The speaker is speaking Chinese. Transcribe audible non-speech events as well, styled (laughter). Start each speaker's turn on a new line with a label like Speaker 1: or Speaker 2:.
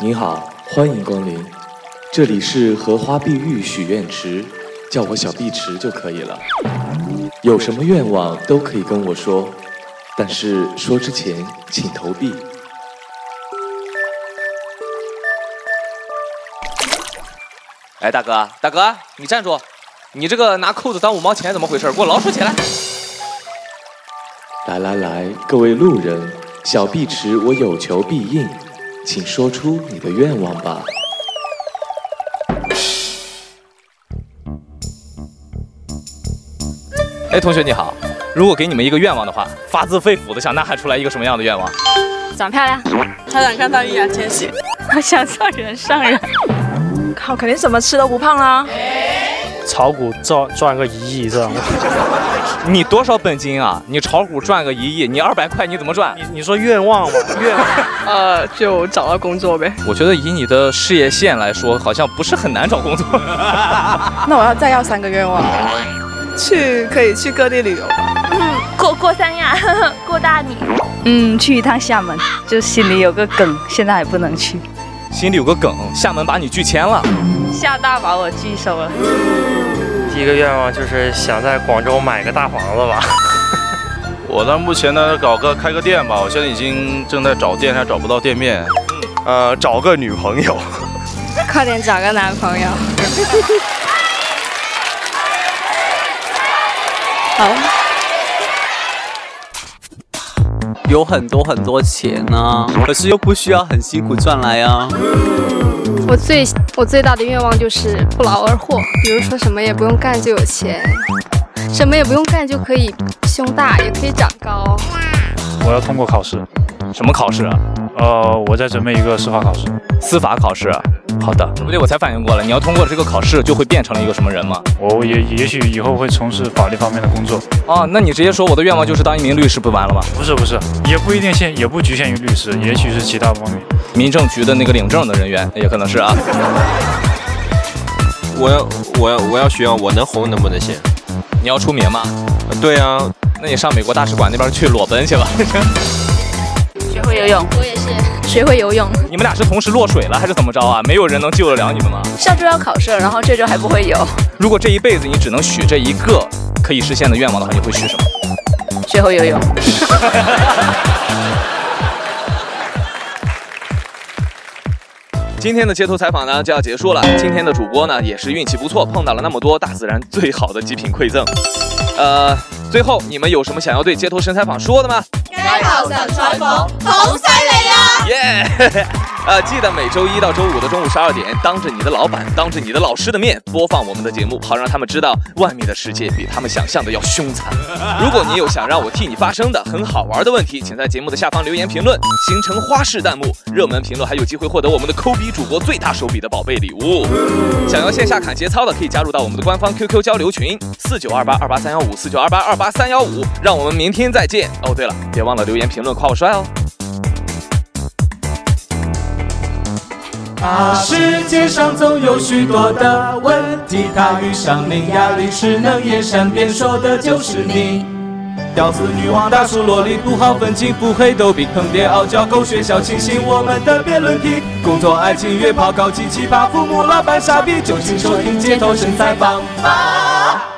Speaker 1: 您好，欢迎光临，这里是荷花碧玉许愿池，叫我小碧池就可以了。有什么愿望都可以跟我说，但是说之前请投币。
Speaker 2: 哎，大哥，大哥，你站住！你这个拿扣子当五毛钱怎么回事？给我老鼠起来！
Speaker 1: 来来来，各位路人，小碧池我有求必应，请说出你的愿望吧。
Speaker 2: 哎，同学你好，如果给你们一个愿望的话，发自肺腑的想呐喊出来一个什么样的愿望？
Speaker 3: 长漂亮，
Speaker 4: 超想看到易烊千玺，
Speaker 3: 我想上人上人，
Speaker 4: 靠，肯定怎么吃都不胖啊啦。
Speaker 5: 炒股赚赚个一亿这样。
Speaker 2: 你多少本金啊？你炒股赚个一亿，你二百块你怎么赚？
Speaker 5: 你你说愿望吧，愿望。
Speaker 4: 呃，就找到工作呗。
Speaker 2: 我觉得以你的事业线来说，好像不是很难找工作。 (laughs)
Speaker 4: 那我要再要三个愿望，去可以去各地旅游吧。
Speaker 6: 嗯，过过三亚，过大理。
Speaker 3: 嗯，去一趟厦门，就心里有个梗，现在还不能去。
Speaker 2: 心里有个梗，厦门把你拒签了。
Speaker 3: 厦大把我拒收了，
Speaker 5: 第一个愿望就是想在广州买个大房子吧。
Speaker 7: 我到目前呢，搞个开个店吧，我现在已经正在找店，还找不到店面。呃，找个女朋友。
Speaker 3: 快点找个男朋友。
Speaker 4: 好，
Speaker 8: 有很多很多钱啊，可是又不需要很辛苦赚来啊。
Speaker 9: 我最我最大的愿望就是不劳而获，比如说什么也不用干就有钱，什么也不用干就可以胸大，也可以长高。
Speaker 10: 我要通过考试，
Speaker 2: 什么考试啊？
Speaker 10: 呃，我在准备一个司法考试。
Speaker 2: 司法考试。啊好的，对不对？我才反应过来，你要通过这个考试，就会变成了一个什么人吗？
Speaker 10: 我哦也也许以后会从事法律方面的工作。
Speaker 2: 哦，那你直接说我的愿望就是当一名律师，不完了吗？
Speaker 10: 不是不是，也不一定限，也不局限于律师，也许是其他方面。
Speaker 2: 民政局的那个领证的人员也可能是啊。
Speaker 11: 我要我要我要学啊！我能红能不能行？
Speaker 2: 你要出名吗？
Speaker 11: 对啊，
Speaker 2: 那你上美国大使馆那边去裸奔去吧。 (laughs)
Speaker 3: 学会游泳，
Speaker 9: 我也是学会游泳。
Speaker 2: 你们俩是同时落水了还是怎么着啊？没有人能救得了你们吗？
Speaker 3: 下周要考试，然后这周还不会游，
Speaker 2: 如果这一辈子你只能许这一个可以实现的愿望的话，你会许什么？
Speaker 3: 学会游泳。
Speaker 2: 今天的街头采访呢就要结束了。今天的主播呢也是运气不错，碰到了那么多大自然最好的极品馈赠。呃，最后你们有什么想要对街头神采访说的吗？
Speaker 12: 街頭神採訪好犀利啊！
Speaker 2: 耶！ (laughs) 呃，记得每周一到周五的中午十二点，当着你的老板、当着你的老师的面播放我们的节目，好让他们知道外面的世界比他们想象的要凶残。如果你有想让我替你发声的很好玩的问题，请在节目的下方留言评论，形成花式弹幕，热门评论还有机会获得我们的抠逼主播最大手笔的宝贝礼物。想要线下砍节操的，可以加入到我们的官方 QQ 交流群四九二八二八三幺五四九二八二八三幺五，让我们明天再见。哦，对了，别忘了留言评论夸我帅哦。
Speaker 13: 啊，世界上总有许多的问题，他遇上伶牙俐齿能言善辩，说的就是你。屌丝女王、大叔、萝莉、不好分清腹黑都比坑爹、傲娇、狗血、小清新，我们的辩论题，工作、爱情、约炮、高级、奇葩、父母、老板、傻逼，就请收听《街头神采访》吧。